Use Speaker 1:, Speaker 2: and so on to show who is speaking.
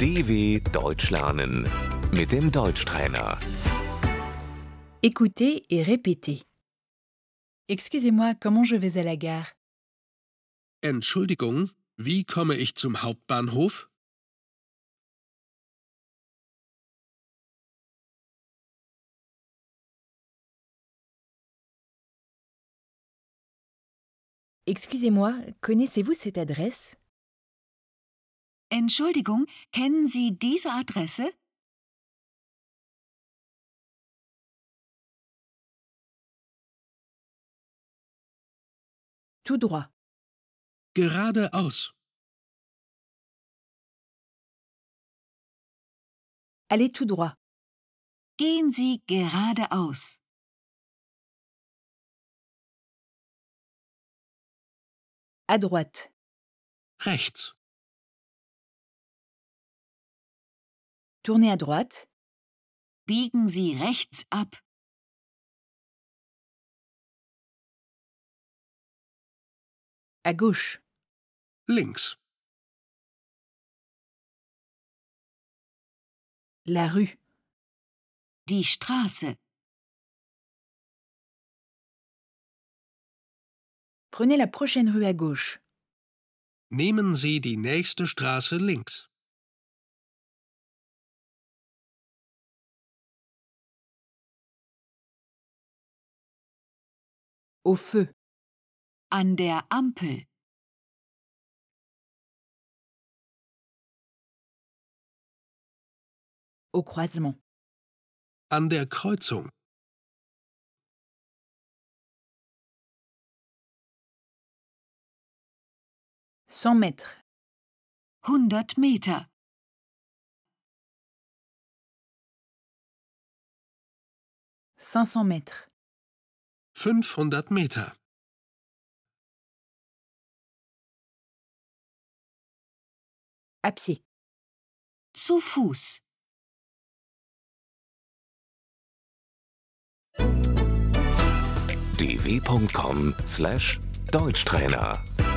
Speaker 1: DW Deutsch lernen mit dem Deutschtrainer.
Speaker 2: Écoutez et répétez. Excusez-moi, comment je vais à la gare
Speaker 3: Entschuldigung, wie komme ich zum Hauptbahnhof?
Speaker 2: Excusez-moi, connaissez-vous cette adresse
Speaker 4: Entschuldigung, kennen Sie diese Adresse?
Speaker 2: Tout droit.
Speaker 3: Geradeaus.
Speaker 2: Allez tout droit.
Speaker 4: Gehen Sie geradeaus.
Speaker 2: À droite.
Speaker 3: Rechts.
Speaker 2: Tournez à droite.
Speaker 4: Biegen Sie rechts ab.
Speaker 2: À gauche.
Speaker 3: Links.
Speaker 2: La rue.
Speaker 4: Die Straße.
Speaker 2: Prenez la prochaine rue à gauche.
Speaker 3: Nehmen Sie die nächste Straße links.
Speaker 2: Au feu.
Speaker 4: An der Ampel.
Speaker 2: Au croisement.
Speaker 3: An der Kreuzung.
Speaker 2: Cent mètres.
Speaker 4: 100 Meter.
Speaker 2: Cinq cents mètres.
Speaker 3: 500 Meter.
Speaker 2: À pied.
Speaker 4: Zu Fuß.
Speaker 1: dw.com/deutschtrainer